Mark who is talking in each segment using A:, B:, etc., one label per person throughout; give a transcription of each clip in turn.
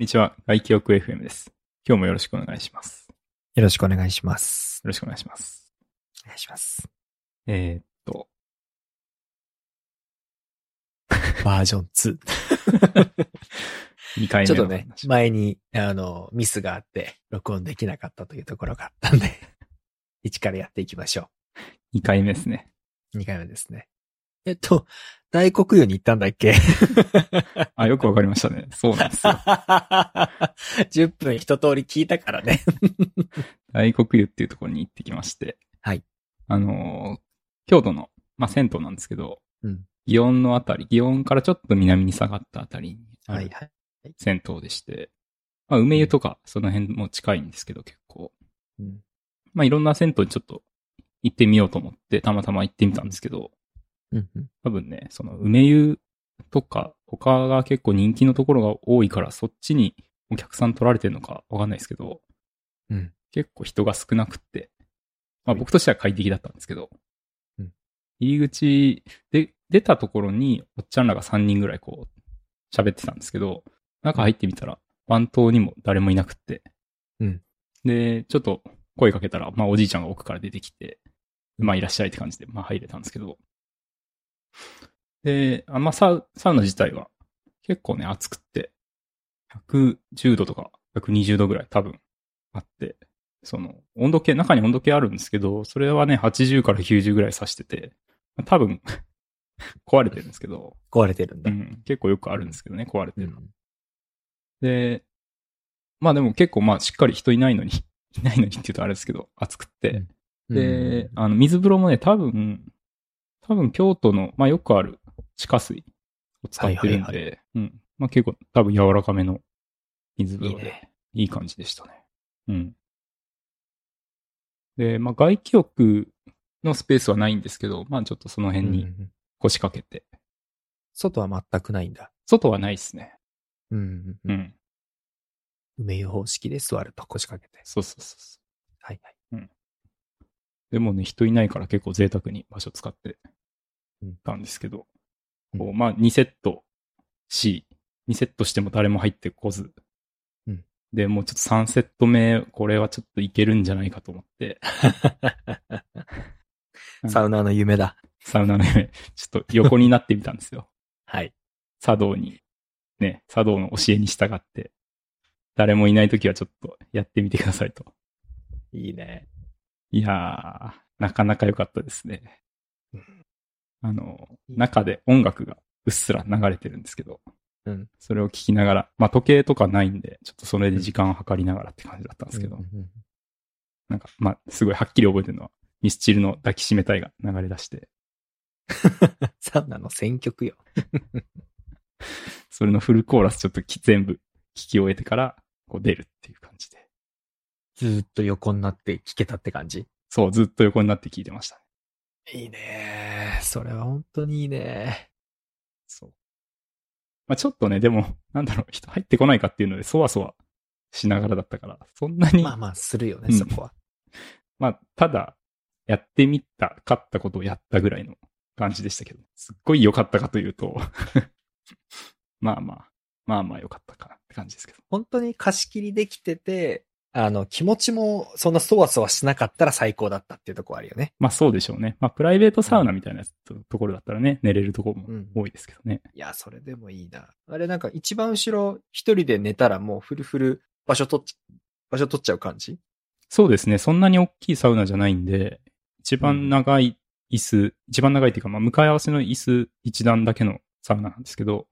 A: こんにちは。外記憶 FM です。今日もよろしくお願いします。よ
B: よろしくお願いします。
A: ろしくお願いします。
B: お願いします。
A: えーっと、
B: バージョン2。
A: 2回
B: ちょっ
A: 目の
B: と
A: 話。
B: ね、前に、あの、ミスがあって、録音できなかったというところがあったんで、一からやっていきましょ
A: 2回目ですね。
B: う。二回目ですね。えっと、大黒湯に行ったんだっけ
A: あ、よくわかりましたね。 そうなんですよ。
B: ?10 分一通り聞いたからね。
A: 大黒湯っていうところに行ってきまして。
B: はい。
A: あのー京都の、まあ、銭湯なんですけど、
B: うん
A: 祇園のあたり、祇園からちょっと南に下がったあたりにある
B: はい。
A: 銭湯でして、まあ、梅湯とか、その辺も近いんですけど、結構。
B: うん
A: まあ、いろんな銭湯にちょっと行ってみようと思って、たまたま行ってみたんですけど、
B: うんうん
A: 多分ね、その梅湯とか、他が結構人気のところが多いから、そっちにお客さん取られてるのかわかんないですけど、
B: うん
A: 結構人が少なくって、まあ
B: はい
A: 僕としては快適だったんですけど、
B: うん
A: 入り口で、出たところにおっちゃんらが3人ぐらいこう、喋ってたんですけど、中入ってみたら、番頭にも誰もいなくって、
B: うん
A: で、ちょっと声かけたら、まあおじいちゃんが奥から出てきて、まあいらっしゃいって感じで、まあ入れたんですけど、で、あまあ、サウサウナ自体は結構ね、暑くって、110度とか120度ぐらい多分あって、その、温度計、中に温度計あるんですけど、それはね、80から90ぐらい指してて、まあ多分 壊れてるんですけど、
B: 壊れてるん
A: う
B: だ。
A: ん、結構よくあるんですけどね、壊れて
B: う
A: るの。
B: ん
A: で、まあでも結構まあしっかり人いないのに、 いないのにって言うとあれですけど、暑くって、
B: うん
A: で、、あの、水風呂もね、多分、多分京都の、まあよくある地下水を使ってるんで、
B: はいは
A: うん。まあ結構多分柔らかめの水風呂で、い
B: い
A: い
B: いね
A: 感じでしたね。うん。で、まあ外気浴のスペースはないんですけど、まあちょっとその
B: うん
A: 辺
B: う
A: に
B: んうん
A: 腰掛けて、
B: 外は全くないんだ。
A: 外はないですね。
B: うんうんう
A: うんん。
B: 梅湯方式で座ると腰掛けて。
A: そうそうそうそ
B: はいはい。
A: う。でもね、人いないから結構贅沢に場所使って
B: うん
A: たんですけど、
B: うん
A: こう、まあ、2セットし、2セットしても誰も入ってこず、
B: うん
A: で、もうちょっと3セット目、これはちょっといけるんじゃないかと思って、
B: サウナーの夢だ。
A: サウナの上、ちょっと横になってみたんですよ。
B: はい。
A: 茶道に、ね、茶道の教えに従って、誰もいないときはちょっとやってみてくださいと。
B: いいね。
A: いやー、なかなか良かったですね。あの、中で音楽がうっすら流れてるんですけど、
B: うん
A: それを聞きながら、まあ時計とかないんで、ちょっとそれで時間を計りながらって感じだったんですけど、なんか、まあすごいはっきり覚えてるのは、ミスチルの抱きしめたいが流れ出して、
B: サウナの選曲よ。
A: それのフルコーラスちょっとき全部聞き終えてから、こう出るっていう感じで。
B: ずーっと横になって聴けたって感じ。
A: そう、ずっと横になって聞いてましたね。
B: いいね。それは本当にいいね。
A: そう。まあちょっとね、でも、 なんだろう、人入ってこないかっていうので、そわそわしながらだったから、そんなに、
B: まあまあ、するよね、
A: うん
B: そこは。
A: まあ、ただ、やってみた、勝ったことをやったぐらいの感じでしたけど、すっごい良かったかというと、 まあまあ、まあまあ良かったかなって感じですけど。
B: 本当に貸し切りできてて、あの、気持ちもそんなそわそわしなかったら最高だったっていうとこあるよね。
A: まあそうでしょうね。まあプライベートサウナみたいなやつとところだったらね、寝れるところも
B: ん
A: 多いですけどね。
B: いや、それでもいいな。あれなんか一番後ろ一人で寝たらもうフルフル場所取っち、場所取っちゃう感じ
A: そうですね。そんなに大きいサウナじゃないんで、一番長い椅子、一番長いっていうか、まあ向かい合わせの椅子一段だけのサウナなんですけど、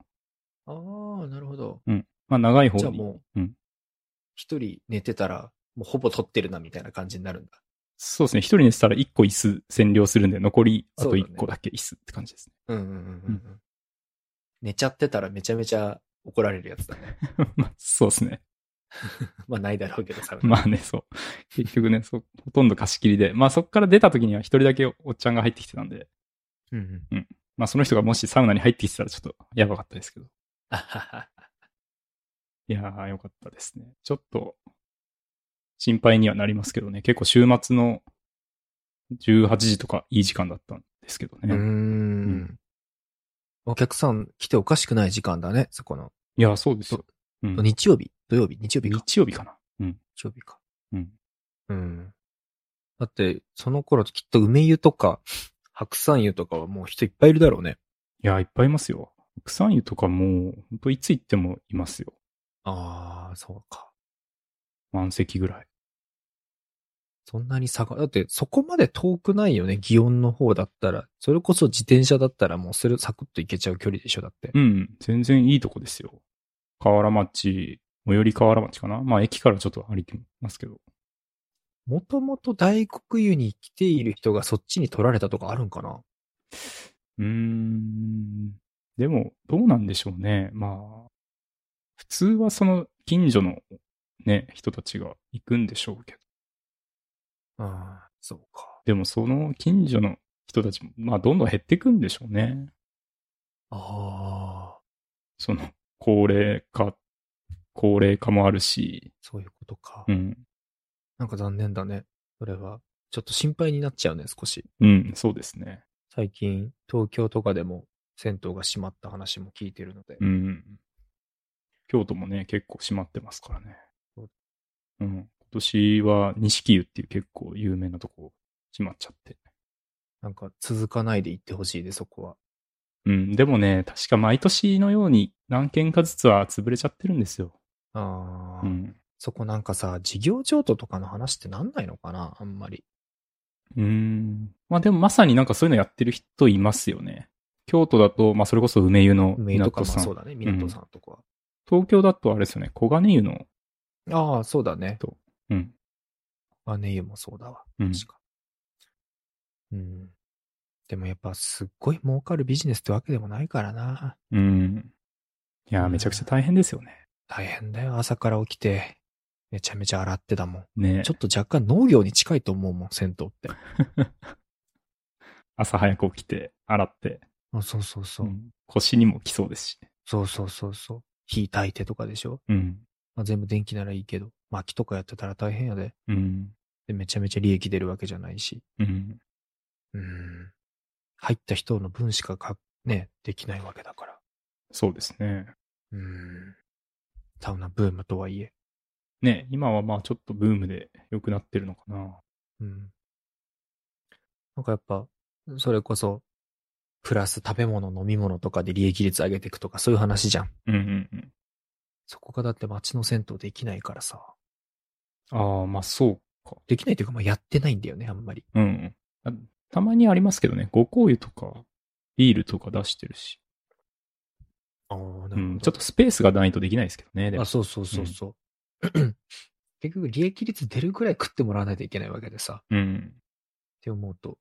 B: ああ、なるほど。
A: まあ長い方
B: じゃあ
A: に。
B: も
A: う、
B: うん一人寝てたら、もうほぼ取ってるなみたいな感じになるんだ。
A: そうですね。一人寝てたら一個椅子占領するんで、残りあ
B: そう
A: と
B: だね
A: 一個だけ椅子って感じですね。
B: うんうんう
A: う
B: んうんん。寝ちゃってたらめちゃめちゃ怒られるやつ だね。
A: まあ、そうですね。
B: まあないだろうけど、サウナ。
A: まあね、そう。結局ね、そう、ほとんど貸し切りで。まあそっから出た時には一人だけおっちゃんが入ってきてたんで、
B: うんうん
A: まあその人がもしサウナに入ってきてたらちょっとやばかったですけど。
B: あはは。
A: いやー、よかったですね。ちょっと、心配にはなりますけどね。結構週末の18時とかいい時間だったんですけど
B: う
A: ね。
B: ー
A: ん
B: ん。お客さん来ておかしくない時間だね、そこの。
A: いやー、そうですよ。うん
B: 日曜日土曜日日曜日か。
A: 日曜日かな。うん。
B: 日曜日か。
A: うん。
B: うん。だって、その頃きっと梅湯とか、白山湯とかはもう人いっぱいいるだろうね。
A: いや、いっぱいいますよ。草湯とかもう、ほんといつ行ってもいますよ。
B: ああ、そうか。
A: 満席ぐらい。
B: そんなに差が、だってそこまで遠くないよね、祇園の方だったら。それこそ自転車だったらもうそれサクッと行けちゃう距離でしょ、だって。
A: うん、全然いいとこですよ。河原町、最寄り河原町かなまあ、駅からちょっと歩いてますけど。
B: もともと大黒湯に来ている人がそっちに取られたとかあるんかな
A: うーん。でも、どうなんでしょうね。まあ、普通はその近所のね、人たちが行くんでしょうけど。
B: ああ、そうか。
A: でも、その近所の人たちも、まあ、どんどん減っていくんでしょうね。
B: ああ、
A: その、高齢化、高齢化もあるし、
B: そういうことか。
A: うん。
B: なんか残念だね。それは。ちょっと心配になっちゃうね、少し。
A: うん、そうですね。
B: 最近、東京とかでも銭湯が閉まった話も聞いてるので。
A: うん。京都もね、結構閉まってますからね。
B: そう
A: うん。今年は錦湯っていう結構有名なとこ閉まっちゃって。
B: なんか続かないで行ってほしいで、そこは。
A: うん。でもね、確か毎年のように何軒かずつは潰れちゃってるんですよ。
B: ああ、
A: うん。
B: そこなんかさ、事業譲渡とかの話ってなんないのかなあんまり。
A: うん。まあでもまさになんかそういうのやってる人いますよね。京都だと、まあそれこそ梅湯の
B: メイと
A: 港
B: かも
A: さん。
B: そうだね、港さんとかは。
A: 東京だとあれですよね、小金湯の。
B: ああ、そうだね。
A: うん。
B: アネ湯もそうだわ。
A: うん。
B: 確か。うん。でもやっぱすっごい儲かるビジネスってわけでもないからな。
A: うん、いや
B: う
A: ー、
B: ん
A: めちゃくちゃ大変ですよね。
B: 大変だよ、朝から起きて。めちゃめちゃ洗ってたもん。
A: ね
B: ちょっと若干農業に近いと思うもん、銭湯って。
A: 朝早く起きて、洗って、
B: あそうそうそう。
A: うん腰にも来そうですしね。
B: そうそうそうそう。火炊いてとかでしょ、
A: うん。
B: まあ、全部電気ならいいけど、薪とかやってたら大変やで。
A: うん。
B: で、めちゃめちゃ利益出るわけじゃないし。
A: うん。
B: うん。入った人の分しかか、ね、できないわけだから。
A: そうですね。
B: うん。サウナブームとはいえ。
A: ね今はまあちょっとブームで良くなってるのかな。
B: うん。なんかやっぱ、それこそ、プラス食べ物、飲み物とかで利益率上げていくとか、そういう話じゃん。
A: うんうんうん。
B: そこがだって街の銭湯できないからさ。
A: ああ、まあそうか。
B: できないというか、まあ、やってないんだよね、あんまり。
A: うん、うんあ。たまにありますけどね、五香油とか、ビールとか出してるし。
B: ああ、なるほど
A: うん。ちょっとスペースがないとできないですけどね。でも
B: あ、そうそうそうそう。 結局、利益率出るくらい食ってもらわないといけないわけでさ。っ
A: うん。
B: て思うと。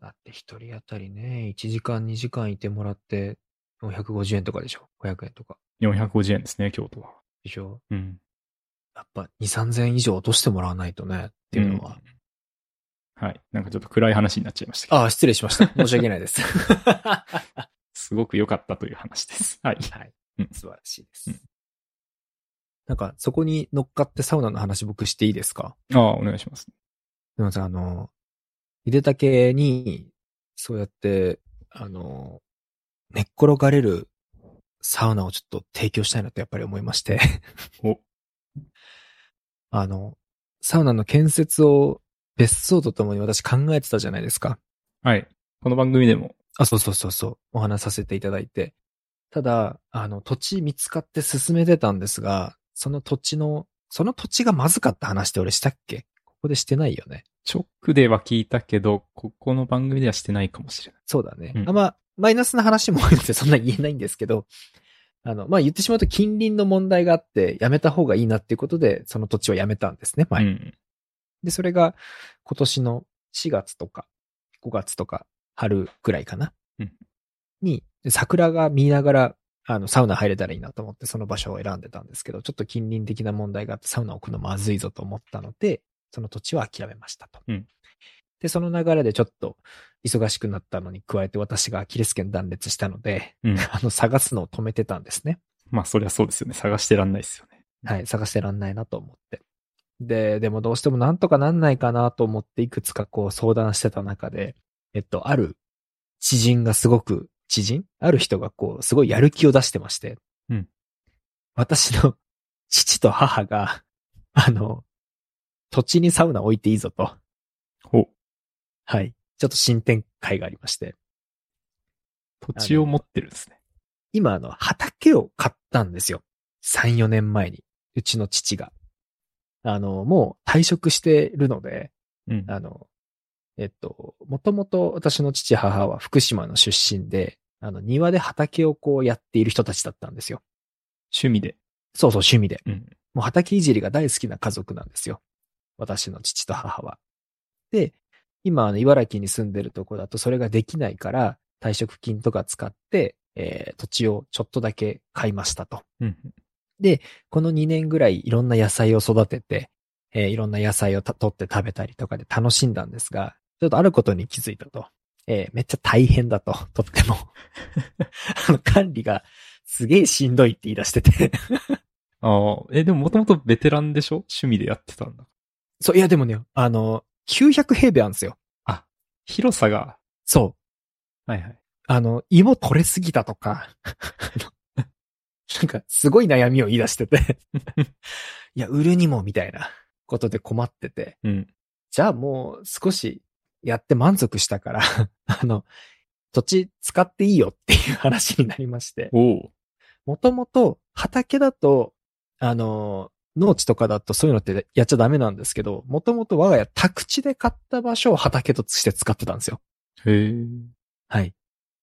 B: だって一人当たりね、1時間2時間いてもらって、450円とかでしょ ?500 円とか。
A: 450円ですね、京都は。
B: でしょ
A: うん。
B: やっぱ2、3000円以上落としてもらわないとね、っていうのは。
A: うん。はい。なんかちょっと暗い話になっちゃいましたけど。
B: ああ、失礼しました。申し訳な いです。は
A: すごく良かったという話です。はい。
B: い
A: うん。
B: 素晴らしいで
A: う
B: す
A: ん。
B: なんか、そこに乗っかってサウナの話僕していいですか
A: ああ、お願いします。
B: でもさ、あの、いでたけに、そうやって、あの、寝っ転がれるサウナをちょっと提供したいなとやっぱり思いまして。
A: お、
B: あの、サウナの建設を別荘とともに私考えてたじゃないですか。
A: はい。この番組でも。
B: あ、そうそうそうそう。お話しさせていただいて。ただ、あの、土地見つかって進めてたんですが、その土地の、その土地がまずかった話って俺したっけここでしてないよね。
A: 直では聞いたけど、ここの番組ではしてないかもしれない。
B: そうだね。
A: うん
B: あんま、マイナスな話も多いのでそんな言えないんですけど、あの、まあ、言ってしまうと近隣の問題があって、やめた方がいいなっていうことで、その土地をやめたんですね、前。
A: うん。
B: で、それが今年の4月とか5月とか春くらいかな。
A: うん
B: に、桜が見ながら、あの、サウナ入れたらいいなと思ってその場所を選んでたんですけど、ちょっと近隣的な問題があってサウナ置くのまずいぞと思ったので、その土地は諦めましたと。
A: うん
B: で、その流れでちょっと忙しくなったのに加えて私がアキレス腱断裂したので、
A: うん。
B: あの、探すのを止めてたんですね。
A: まあ、そりゃそうですよね。探してらんないですよね。
B: はい、探してらんないなと思って。で、でもどうしてもなんとかなんないかなと思っていくつかこう相談してた中で、えっと、ある知人がすごく、知人ある人がこう、すごいやる気を出してまして。
A: うん
B: 私の 父と母が、あの、土地にサウナ置いていいぞと。
A: ほう。
B: はい。ちょっと新展開がありまして。
A: 土地を持ってるんですね。
B: 今、あの、畑を買ったんですよ。3、4年前に。うちの父が。あの、もう退職してるので、
A: うん。
B: あの、えっと、もともと私の父母は福島の出身で、あの、庭で畑をこうやっている人たちだったんですよ。
A: 趣味で。
B: そうそう、趣味で。
A: うん。
B: もう畑いじりが大好きな家族なんですよ。私の父と母は。で、今、あの、茨城に住んでるとこだとそれができないから、退職金とか使って、えー土地をちょっとだけ買いましたと。
A: うん。
B: この2年ぐらいいろんな野菜を育てて、えーいろんな野菜をた取って食べたりとかで楽しんだんですが、ちょっとあることに気づいたと。えーめっちゃ大変だと、 とっても。あの、管理がすげえしんどいって言い出してて。
A: ああ、え、でももともとベテランでしょ趣味でやってたんだ。
B: そう、いやでもね、あの、900平米あるんですよ。
A: 広さが。
B: そう。
A: はいはい。
B: あの、芋取れすぎたとか、 なんかすごい悩みを言い出してて。 いや、売るにもみたいなことで困ってて。
A: うん。
B: じゃあもう少しやって満足したから、 あの、土地使っていいよっていう話になりまして。
A: おお。
B: もともと畑だと、あの、農地とかだとそういうのってやっちゃダメなんですけど、もともと我が家宅地で買った場所を畑として使ってたんですよ。
A: へえ。
B: はい。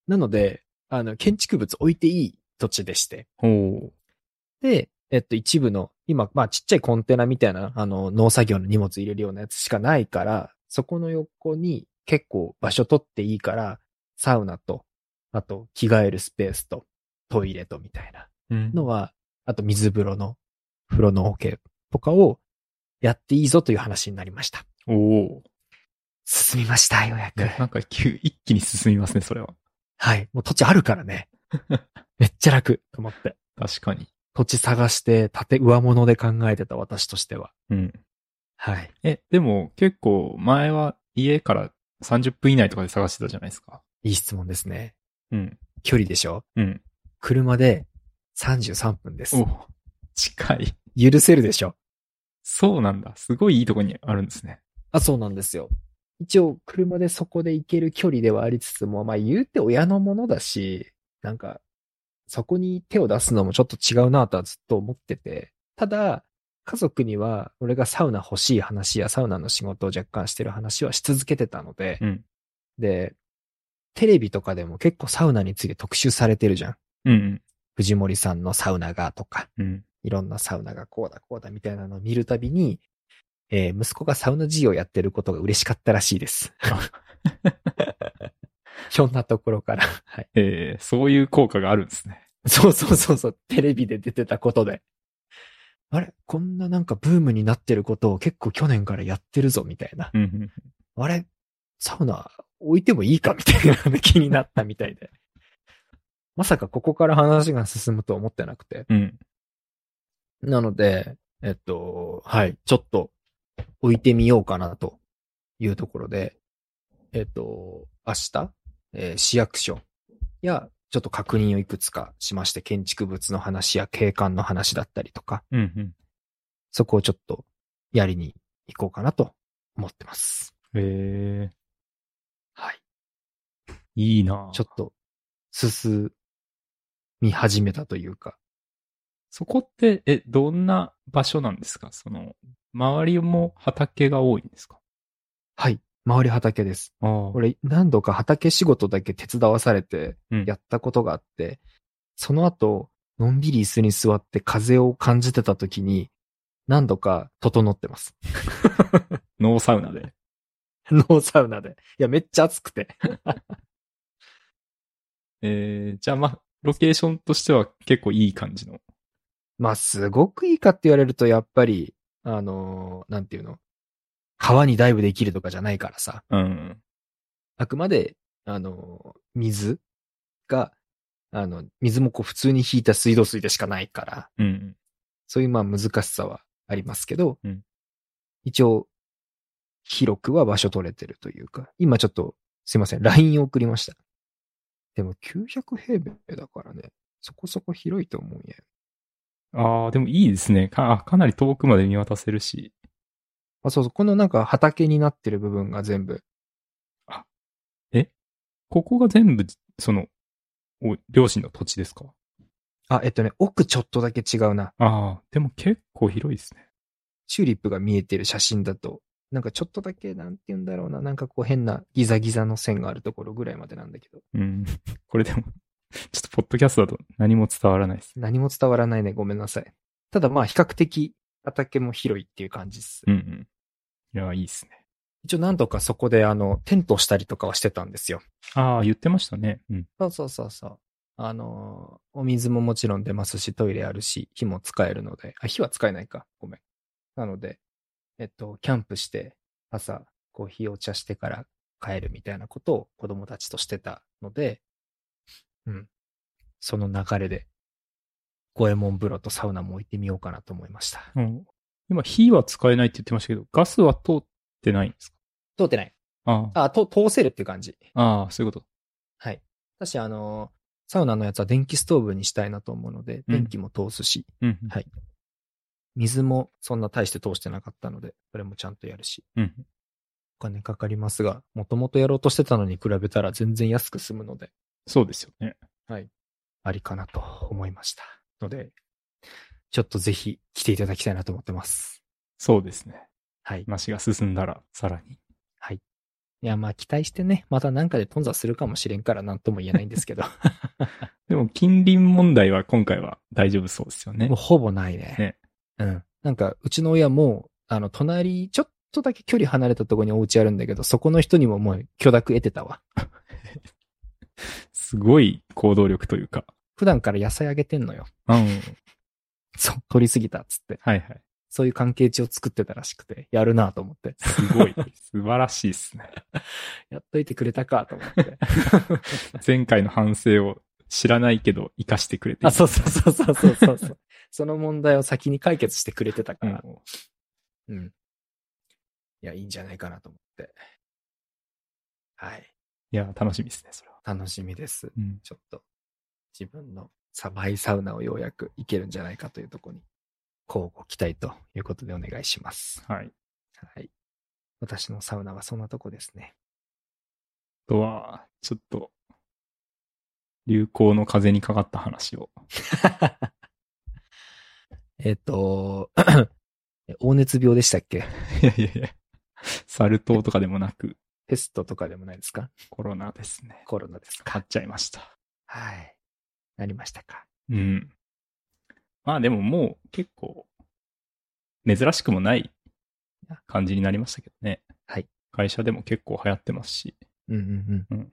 B: なので、あの、建築物置いていい土地でして。
A: おお。
B: で、えっと、一部の、今、まあ、ちっちゃいコンテナみたいな、あの、農作業の荷物入れるようなやつしかないから、そこの横に結構場所取っていいから、サウナと、あと、着替えるスペースと、トイレとみたいな
A: うん
B: のは、あと、水風呂の、風呂の保険とかをやっていいぞという話になりました。
A: おお。
B: 進みました、ようやく。
A: ね なんか急、一気に進みますね、それは。
B: はい。もう土地あるからね。 めっちゃ楽、と思って。
A: 確かに。
B: 土地探して、建て、上物で考えてた私としては。
A: うん。
B: はい。
A: え、でも結構前は家から30分以内とかで探してたじゃないですか。
B: いい質問ですね。
A: うん。
B: 距離でしょ
A: うん。
B: 車で33分です。
A: お近い。
B: 許せるでしょ
A: そうなんだ。すごいいいとこにあるんですね。
B: あ、そうなんですよ。一応、車でそこで行ける距離ではありつつも、まあ言うて親のものだし、なんか、そこに手を出すのもちょっと違うなとはずっと思ってて。ただ、家族には、俺がサウナ欲しい話やサウナの仕事を若干してる話はし続けてたので、
A: うん
B: で、テレビとかでも結構サウナについて特集されてるじゃん。
A: うん
B: 藤森さんのサウナがとか、
A: うん。うん。
B: いろんなサウナがこうだこうだみたいなのを見るたびに、えー息子がサウナ事業をやってることが嬉しかったらしいです。 ひょんなところから。はい。
A: えー、そういう効果があるんですね。
B: そうそうそうそう。テレビで出てたことで。あれこんななんかブームになってることを結構去年からやってるぞみたいな。
A: うんうん。
B: あれサウナ置いてもいいかみたいな気になったみたいで。まさかここから話が進むとは思ってなくて。
A: うん。
B: なので、えっと、はい、ちょっと置いてみようかなというところで、えっと、明日、えー市役所や、ちょっと確認をいくつかしまして、建築物の話や景観の話だったりとか、
A: うんうん。
B: そこをちょっとやりに行こうかなと思ってます。
A: え
B: はい。
A: ー、いいな
B: ちょっと、進み始めたというか、
A: そこって、え、どんな場所なんですかその、周りも畑が多いんですか
B: はい、周り畑です。
A: ああ。
B: 俺、何度か畑仕事だけ手伝わされて、
A: うん
B: やったことがあって、その後、のんびり椅子に座って風を感じてた時に、何度か整ってます。
A: ノーサウナで。
B: ノーサウナで。いや、めっちゃ暑くて。
A: えー、じゃあまあ、ロケーションとしては結構いい感じの。
B: まあ、すごくいいかって言われると、やっぱり、あのーなんていうの川にダイブできるとかじゃないからさ。
A: うん。
B: あくまで、あのー水が、あの、水もこう普通に引いた水道水でしかないから。
A: うん。
B: そういうまあ難しさはありますけど、
A: うん
B: 一応、広くは場所取れてるというか、今ちょっと、すいません、LINE を送りました。でも900平米だからね、そこそこ広いと思うんや。
A: ああ、でもいいですね。か、あかなり遠くまで見渡せるし。
B: あ、そうそう、このなんか畑になってる部分が全部。
A: ここが全部、その、お両親の土地ですか
B: あ、えっとね、奥ちょっとだけ違うな。
A: ああ、でも結構広いですね。
B: チューリップが見えてる写真だと、なんかちょっとだけ、なんて言うんだろうな、なんかこう変なギザギザの線があるところぐらいまでなんだけど、
A: うん。 これでも、ちょっとポッドキャストだと何も伝わらないです。
B: 何も伝わらないね、ごめんなさい。ただまあ比較的畑も広いっていう感じっす。
A: うんうん。いや、いいですね。
B: 一応何度かそこであの、テントをしたりとかはしてたんですよ。
A: ああ、言ってましたね。うん。
B: そうそうそうそう。あのーお水ももちろん出ますし、トイレあるし、火も使えるので、あ、火は使えないか。ごめん。なので、えっと、キャンプして、朝、コーヒーお茶してから帰るみたいなことを子供たちとしてたので、うん。その流れで、五右衛門風呂とサウナも置いてみようかなと思いました。
A: うん、今、火は使えないって言ってましたけど、ガスは通ってないんですか
B: 通ってない。
A: ああ、
B: あ、と通せるっていう感じ。
A: ああ、そういうこと。
B: はい。私、あのーサウナのやつは電気ストーブにしたいなと思うので、
A: うん
B: 電気も通すし、
A: うんうん。
B: はい水もそんな大して通してなかったので、それもちゃんとやるし、
A: うん。
B: お金かかりますが、もともとやろうとしてたのに比べたら全然安く済むので、
A: そうですよね。
B: ありかなと思いました。ので、ちょっとぜひ来ていただきたいなと思ってます。
A: そうですね。
B: はい。
A: 話が進んだら、さらに。
B: いや、まあ期待してね、またなんかで頓挫するかもしれんからなんとも言えないんで すけど、
A: でも、近隣問題は今回は大丈夫そうですよね
B: もう。ほぼないね。
A: ね
B: うん。なんか、うちの親も、あの、隣、ちょっとだけ距離離れたところにお家あるんだけど、そこの人にももう許諾得てたわ。
A: すごい行動力というか。
B: 普段から野菜あげてんのよ。
A: うん。
B: そう、取りすぎたっつって。
A: はいはい。
B: そういう関係値を作ってたらしくて、やるなと思って。
A: すご い。素晴らしいですね。
B: やっといてくれたかと思って。
A: 前回の反省を知らないけど、生かしてくれている
B: あ、そうそうそうそうそうそうそう。その問題を先に解決してくれてたか
A: う
B: ら
A: ん。。
B: うん。いや、いいんじゃないかなと思って。はい。
A: いや、楽しみですね、それは。
B: 楽しみです。
A: うん。
B: ちょっと、自分のサバイサウナをようやくいけるんじゃないかというところに、こうご期待ということでお願いします。
A: はい。
B: はい。私のサウナはそんなとこですね。
A: あとは、ちょっと、流行の風にかかった話を。
B: えっと、 黄熱病でしたっけ
A: いやいやいや。サル痘とかでもなく、
B: ペストとかでもないですか
A: コロナですね。
B: コロナですか
A: 買っちゃいました。
B: はい。なりましたか。
A: うん。まあでももう結構、珍しくもない感じになりましたけどね。
B: はい。
A: 会社でも結構流行ってますし。
B: うんうんうん。
A: うん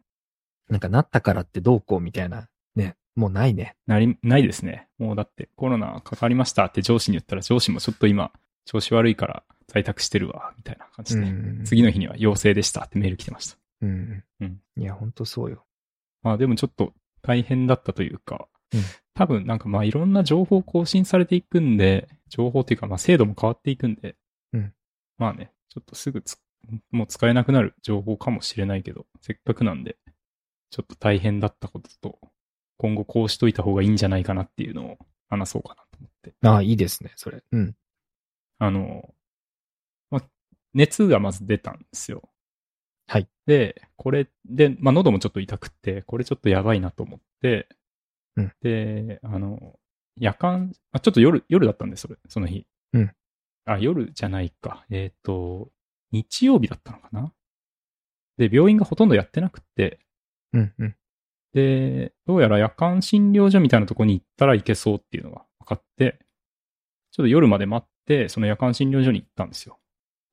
B: なんかなったからってどうこうみたいな、ね、もうないね。
A: なり、ないですね。もうだってコロナかかりましたって上司に言ったら上司もちょっと今調子悪いから在宅してるわ、みたいな感じで。
B: うん
A: 次の日には陽性でしたってメール来てました。
B: うん
A: う
B: うん
A: ん。
B: いや、ほんとそうよ。
A: まあでもちょっと大変だったというか、
B: うん
A: 多分なんかまあいろんな情報更新されていくんで、情報っていうかまあ制度も変わっていくんで、
B: うん
A: まあね、ちょっとすぐつもう使えなくなる情報かもしれないけど、せっかくなんで、ちょっと大変だったことと、今後こうしといた方がいいんじゃないかなっていうのを話そうかなと思って。
B: ああ、いいですね、それ。うん。
A: あの、まあ、熱がまず出たんですよ。
B: はい。
A: で、これで、まあ、喉もちょっと痛くて、これちょっとやばいなと思って、
B: うん
A: で、あの、夜間、あ、ちょっと夜、夜だったんです、それ、その日。
B: うん
A: あ、夜じゃないか。えっ、と、日曜日だったのかなで、病院がほとんどやってなくて、
B: うんうん。
A: で、どうやら夜間診療所みたいなとこに行ったらいけそうっていうのが分かって、ちょっと夜まで待って、その夜間診療所に行ったんですよ。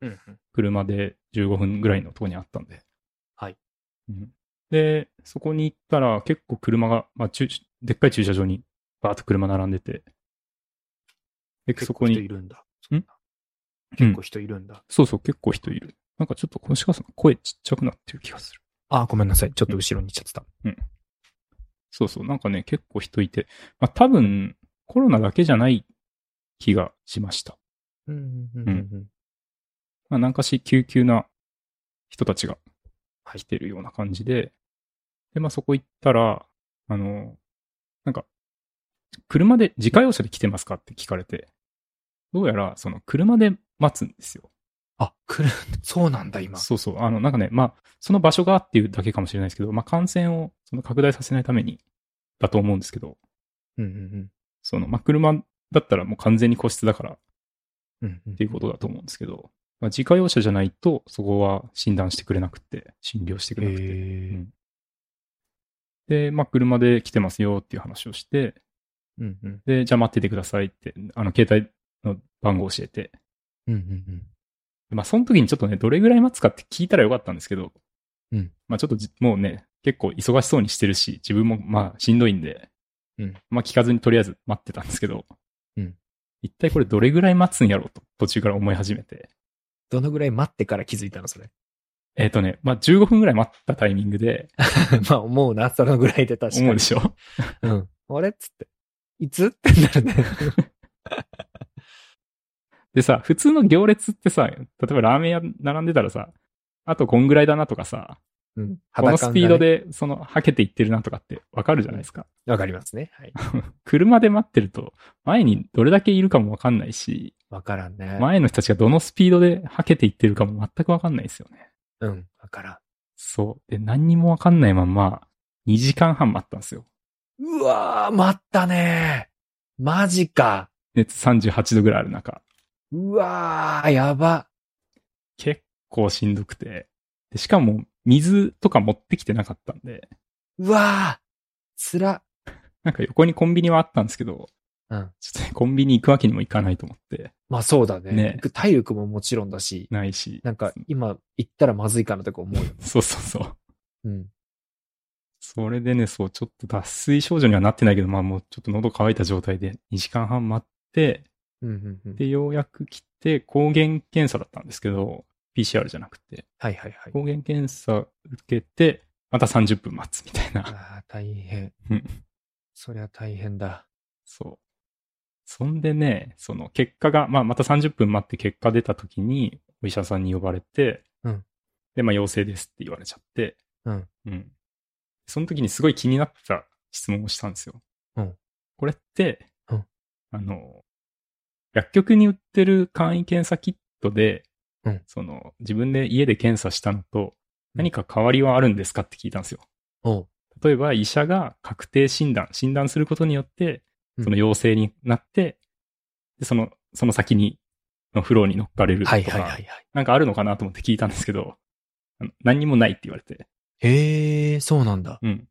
B: うんうん。
A: 車で15分ぐらいのとこにあったんで。
B: はい。
A: うん、で、そこに行ったら結構車が、まあ、駐でっかい駐車場にバーッと車並んでて、で、そこに、
B: るんだ。
A: ん
B: 結構人いるんだ。
A: そうそう、結構人いる。なんかちょっと、この鹿さん声ちっちゃくなってる気がする。
B: あ、ごめんなさい。ちょっと後ろに行っちゃってた。
A: そうそう、なんかね、結構人いて、まあ多分、コロナだけじゃない気がしました。
B: うん、うん
A: うんまあ、なんかし救急な人たちが来てるような感じで、で、まあ、そこ行ったら、あの、なんか、車で、自家用車で来てますかって聞かれて、どうやら、その、車で待つんですよ。
B: あ、来る、そうなんだ、今。
A: そうそう。あの、なんかね、まあ、その場所がっていうだけかもしれないですけど、まあ、感染をその拡大させないためにだと思うんですけど、
B: うんうん
A: その、まあ、車だったらもう完全に個室だからっ
B: うん。うんうん
A: ていうことだと思うんですけど、まあ、自家用車じゃないと、そこは診断してくれなくて、診療してくれなくて。
B: へー
A: で、まあ、車で来てますよっていう話をして、
B: うんうん
A: で、じゃあ待っててくださいって、あの、携帯の番号教えて、
B: うんうん
A: まあ、その時にちょっとね、どれぐらい待つかって聞いたらよかったんですけど、
B: うん
A: まあ、ちょっとじもうね、結構忙しそうにしてるし、自分もまあ、しんどいんで、
B: うん
A: まあ、聞かずにとりあえず待ってたんですけど、
B: うん
A: 一体これどれぐらい待つんやろうと、途中から思い始めて。
B: どのぐらい待ってから気づいたの、それ。
A: えっ、とね、まあ、15分ぐらい待ったタイミングで、
B: まあ、思うな、そのぐらいで確かに。
A: 思うでしょ
B: うん。あれっつって。いつってなる ね。
A: でさ、普通の行列ってさ、例えばラーメン屋並んでたらさ、あとこんぐらいだなとかさ、
B: うん。
A: このスピー
B: 肌感が
A: ド
B: ね。
A: で、その、はけていってるなとかってわかるじゃないですか。
B: わかりますね。はい。
A: 車で待ってると、前にどれだけいるかもわかんないし、
B: わからんね。
A: 前の人たちがどのスピードではけていってるかも全くわかんないですよね。
B: うん。わからん。
A: そう。で、何にもわかんないまんま、2時間半待ったんですよ。
B: うわー、待ったねー。マジか。
A: 熱38度ぐらいある中。
B: うわー、やば。
A: 結構しんどくて。で、しかも、水とか持ってきてなかったんで、
B: うわー、つら。
A: なんか横にコンビニはあったんですけど、
B: うん。
A: ちょっとね、コンビニ行くわけにもいかないと思って、
B: まあそうだね。
A: ね
B: 僕体力ももちろんだし、
A: ないし。
B: なんか今行ったらまずいかなとか思うよ。
A: そうそうそう。
B: うん。
A: それでね、そう、ちょっと脱水症状にはなってないけど、まあもうちょっと喉乾いた状態で2時間半待って、
B: うんうんうん。
A: で、ようやく来て、抗原検査だったんですけど、PCR じゃなくて、
B: はいはいはい。
A: 抗原検査受けて、また30分待つみたいな。
B: ああ、大変
A: うん。
B: そりゃ大変だ。
A: そう。そんでね、その結果が、まあまた30分待って結果出た時に、お医者さんに呼ばれて、
B: うん
A: で、まあ陽性ですって言われちゃって、
B: うん
A: うん。その時にすごい気になった質問をしたんですよ。
B: うん
A: これって、
B: うん
A: あの、薬局に売ってる簡易検査キットで、
B: うん
A: その自分で家で検査したのと
B: うん
A: 何か変わりはあるんですかって聞いたんですよ。
B: おう。
A: 例えば医者が確定診断、診断することによって
B: う、ん
A: その陽性になって、でその、その先に、のフローに乗っかれるとか、
B: はいはいはいはい。
A: なんかあるのかなと思って聞いたんですけど、あの何にもないって言われて、
B: へえ、そうなんだ。
A: うん。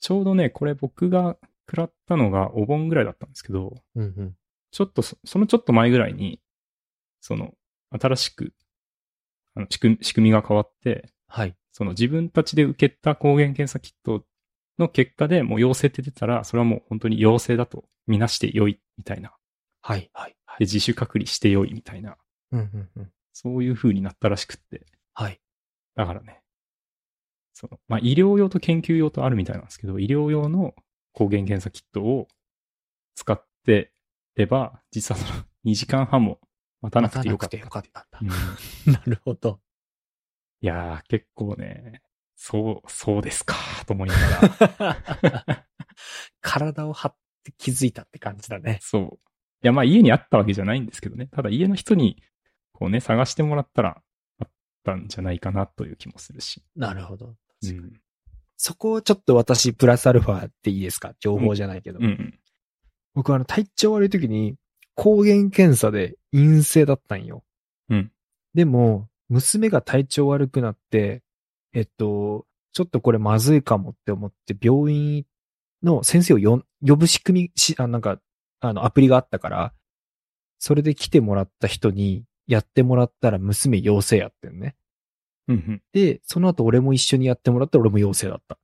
A: ちょうどね、これ僕が食らったのがお盆ぐらいだったんですけど、
B: うんうん。
A: ちょっとそ、そのちょっと前ぐらいに、その、新しく、あの仕組み仕組みが変わって、
B: はい。
A: その自分たちで受けた抗原検査キットの結果でもう陽性って出たら、それはもう本当に陽性だとみなして良いみたいな。
B: はいはいは
A: で、
B: い。
A: 自主隔離して良いみたいな。
B: うんうんうん。
A: そういう風になったらしくって。
B: はい。
A: だからね。その、まあ、医療用と研究用とあるみたいなんですけど、医療用の抗原検査キットを使ってれば、実はその2時間半も待たなくてよかった。
B: 待たなくてよかった
A: うんん
B: だ。なる ほど。
A: いやー、結構ね、そう、そうですか、と思いながら。
B: 体を張って気づいたって感じだね。
A: そう。いや、まあ家にあったわけじゃないんですけどね。ただ家の人に、こうね、探してもらったら、あったんじゃないかなという気もするし。
B: なるほど。
A: うん。
B: そこをちょっと私、プラスアルファっていいですか情報じゃないけど。
A: うんうん。
B: 僕あの、体調悪い時に、抗原検査で陰性だったんよ。
A: うん。
B: でも、娘が体調悪くなって、えっと、ちょっとこれまずいかもって思って、病院の先生をよ呼ぶ仕組み、し、あなんか、あの、アプリがあったから、それで来てもらった人にやってもらったら娘陽性やってんね。
A: うんうん。
B: で、その後俺も一緒にやってもらったら俺も陽性だった。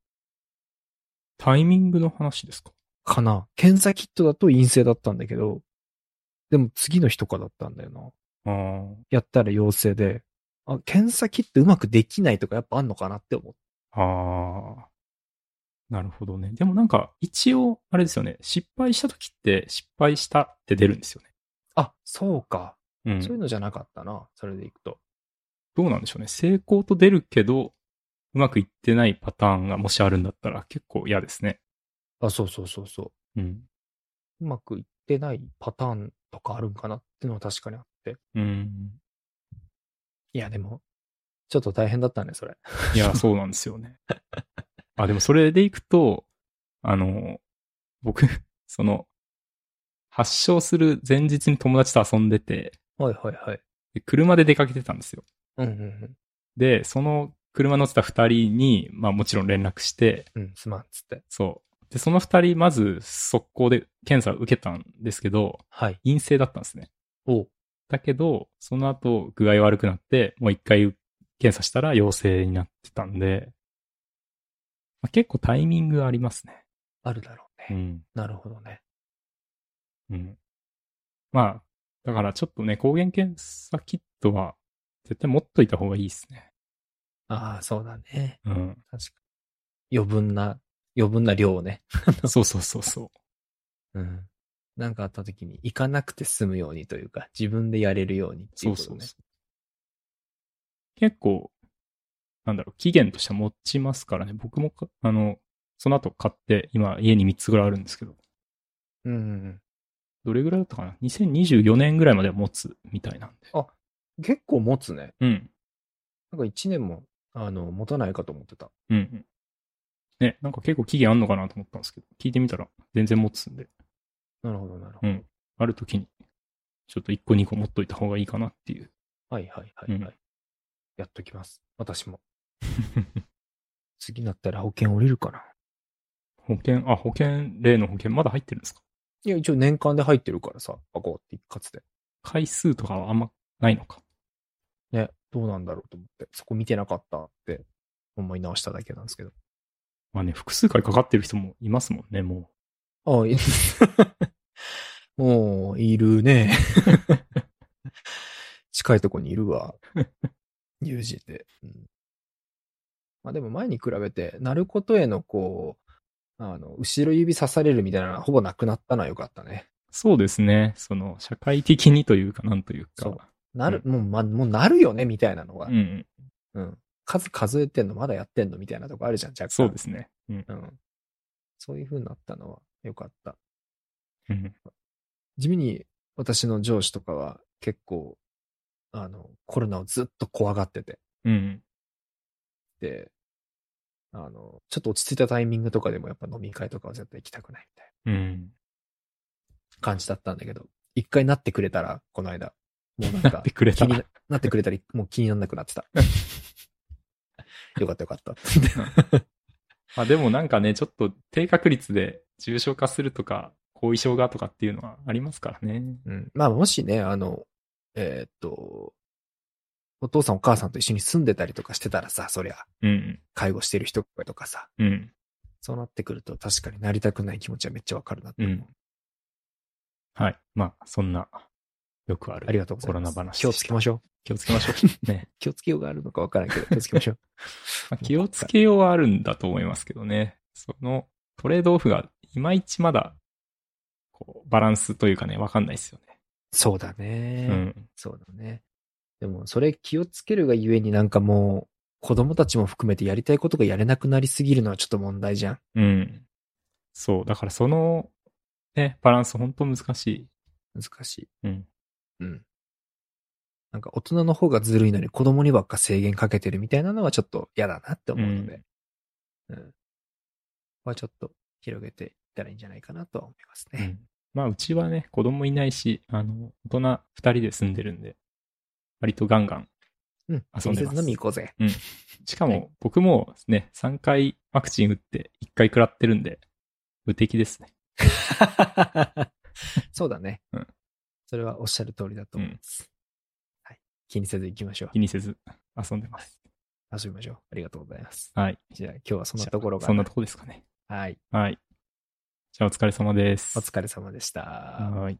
A: タイミングの話ですか
B: かな。検査キットだと陰性だったんだけど、でも次の日とかだったんだよな。
A: あー
B: やったら陽性で、あ、検査キットうまくできないとかやっぱあんのかなって思う。
A: あー。なるほどね。でもなんか、一応、あれですよね。失敗した時って、失敗したって出るんですよね。
B: あ、そうか。
A: うん。
B: そういうのじゃなかったな。それでいくと。
A: どうなんでしょうね。成功と出るけど、うまくいってないパターンがもしあるんだったら結構嫌ですね。
B: あ、そうそうそうそう。
A: うん。
B: うまくいってないパターンとかあるんかなっていうのは確かにあって。
A: うん。
B: いや、でも、ちょっと大変だったね、それ。
A: いや、そうなんですよね。あ、でもそれでいくと、あの、僕、その、発症する前日に友達と遊んでて、
B: はいはいはい。
A: で車で出かけてたんですよ。
B: うんうん
A: で、その車乗ってた二人に、まあもちろん連絡して、
B: うん。うん、すまん、つって。
A: そう。で、その二人、まず速攻で検査を受けたんですけど、
B: はい。
A: 陰性だったんですね。
B: おう
A: だけど、その後具合悪くなって、もう一回検査したら陽性になってたんで、まあ、結構タイミングありますね。
B: あるだろう
A: う
B: ね。
A: ん。
B: なるほどね。
A: うん。まあ、だからちょっとね、抗原検査キットは絶対持っといた方がいいですね。
B: ああ、そうだね。
A: うん。
B: 確かに。余分な、余分な量をね。
A: そうそうそうそう。
B: うん。なんかあった時に行かなくて済むようにというか、自分でやれるようにってい
A: そうう
B: こと
A: そう
B: ね。
A: そう。結構、なんだろう、期限としては持ちますからね。僕もか、あの、その後買って、今家に3つぐらいあるんですけど、
B: うんうん
A: どれぐらいだったかな ?2024 年ぐらいまでは持つみたいなんで。
B: うん。結構持つね。
A: うん。
B: なんか一年も、あの、持たないかと思ってた。
A: うんうん。ね、なんか結構期限あんのかなと思ったんですけど、聞いてみたら全然持つんで、
B: なるほど、なるほど。
A: うん。ある時に、ちょっと1個2個持っといた方がいいかなっていう。
B: はいはいはい、はい
A: うん
B: やっときます。私 も。次なったら保険降りるかな。
A: 保険、あ、保険、例の保険まだ入ってるんですか
B: いや、一応年間で入ってるからさ、あこうって一括で。
A: 回数とかはあんまないのか。
B: ね、どうなんだろうと思って、そこ見てなかったって思い直しただけなんですけど。
A: まあね、複数回かかってる人もいますもんね、もう。
B: ああ、い もう、いるね。 近いとこにい るわ。友人で。うんまあでも前に比べて、なることへのこう、あの、後ろ指刺されるみたいなのはほぼなくなったのはよかったね。
A: そうですね。その、社会的にというか、なんというか。
B: そうなる、もう、ま、もうなるよね、みたいなのが。
A: うんうん。
B: うん。数数えてんの、まだやってんの、みたいなとこあるじゃん、若干。
A: そうですね。うん。
B: うん。そういう風になったのは良かった。
A: うん、
B: 地味に私の上司とかは結構、あの、コロナをずっと怖がってて、
A: うん。
B: で、あの、ちょっと落ち着いたタイミングとかでもやっぱ飲み会とかは絶対行きたくないみたい
A: うん。
B: な感じだったんだけど、一回なってくれたら、この間、もうなんか
A: で、、くれ
B: 気
A: た。
B: にななってくれたり、もう気にならなくなってた。よかったよか った。
A: まあでもなんかね、ちょっと低確率で重症化するとか、後遺症がとかっていうのはありますからね。
B: うん、まあ、もしね、あの、えーっと、お父さんお母さんと一緒に住んでたりとかしてたらさ、そりゃ、
A: うん。
B: 介護してる人とかさ、
A: うん。
B: そうなってくると確かになりたくない気持ちはめっちゃわかるなって思う。
A: うんはい。まあ、そんな、よくある。
B: ありがとうございます。
A: コロナ話でした
B: 気をつけましょう。
A: 気をつけましょう。 ね。
B: 気をつけようがあるのかわからん けど、気をつけましょう。
A: まあ気をつけようはあるんだと思いますけどね。そのトレードオフがいまいちまだ、こう、バランスというかね、わかんないですよ
B: そうだ
A: ね。
B: ね、
A: うん。
B: そうだね。でも、それ気をつけるがゆえになんかもう、子供たちも含めてやりたいことがやれなくなりすぎるのはちょっと問題じゃん。
A: うん。そう。だからその、ね、バランス本当難しい。
B: 難しい。
A: うん。
B: うん。なんか大人の方がずるいのに子供にばっか制限かけてるみたいなのはちょっと嫌だなって思うので、うん。ここはちょっと広げていったらいいんじゃないかなとは思います
A: う
B: ね。
A: んまあ、うちはね、子供いないし、あの、大人二人で住んでるんで、割とガンガン。
B: うん。
A: 遊んでます
B: 伝説飲み行こう ぜ。
A: しか
B: は
A: も
B: い、
A: 僕もね、3回ワクチン打って1回食らってるんで、無敵ですね。
B: そうだね。
A: うん
B: それはおっしゃる通りだと思います。はい。気にせず行きましょう
A: 気。にせず遊んでます。
B: 遊びましょう。ありがとうございます。
A: はい。
B: じゃあ今日はそんなところ
A: じゃあ
B: が。
A: そんなとこですかね。
B: はい。
A: はい。じゃあお疲れ様です。
B: お疲れ様でした。
A: はい。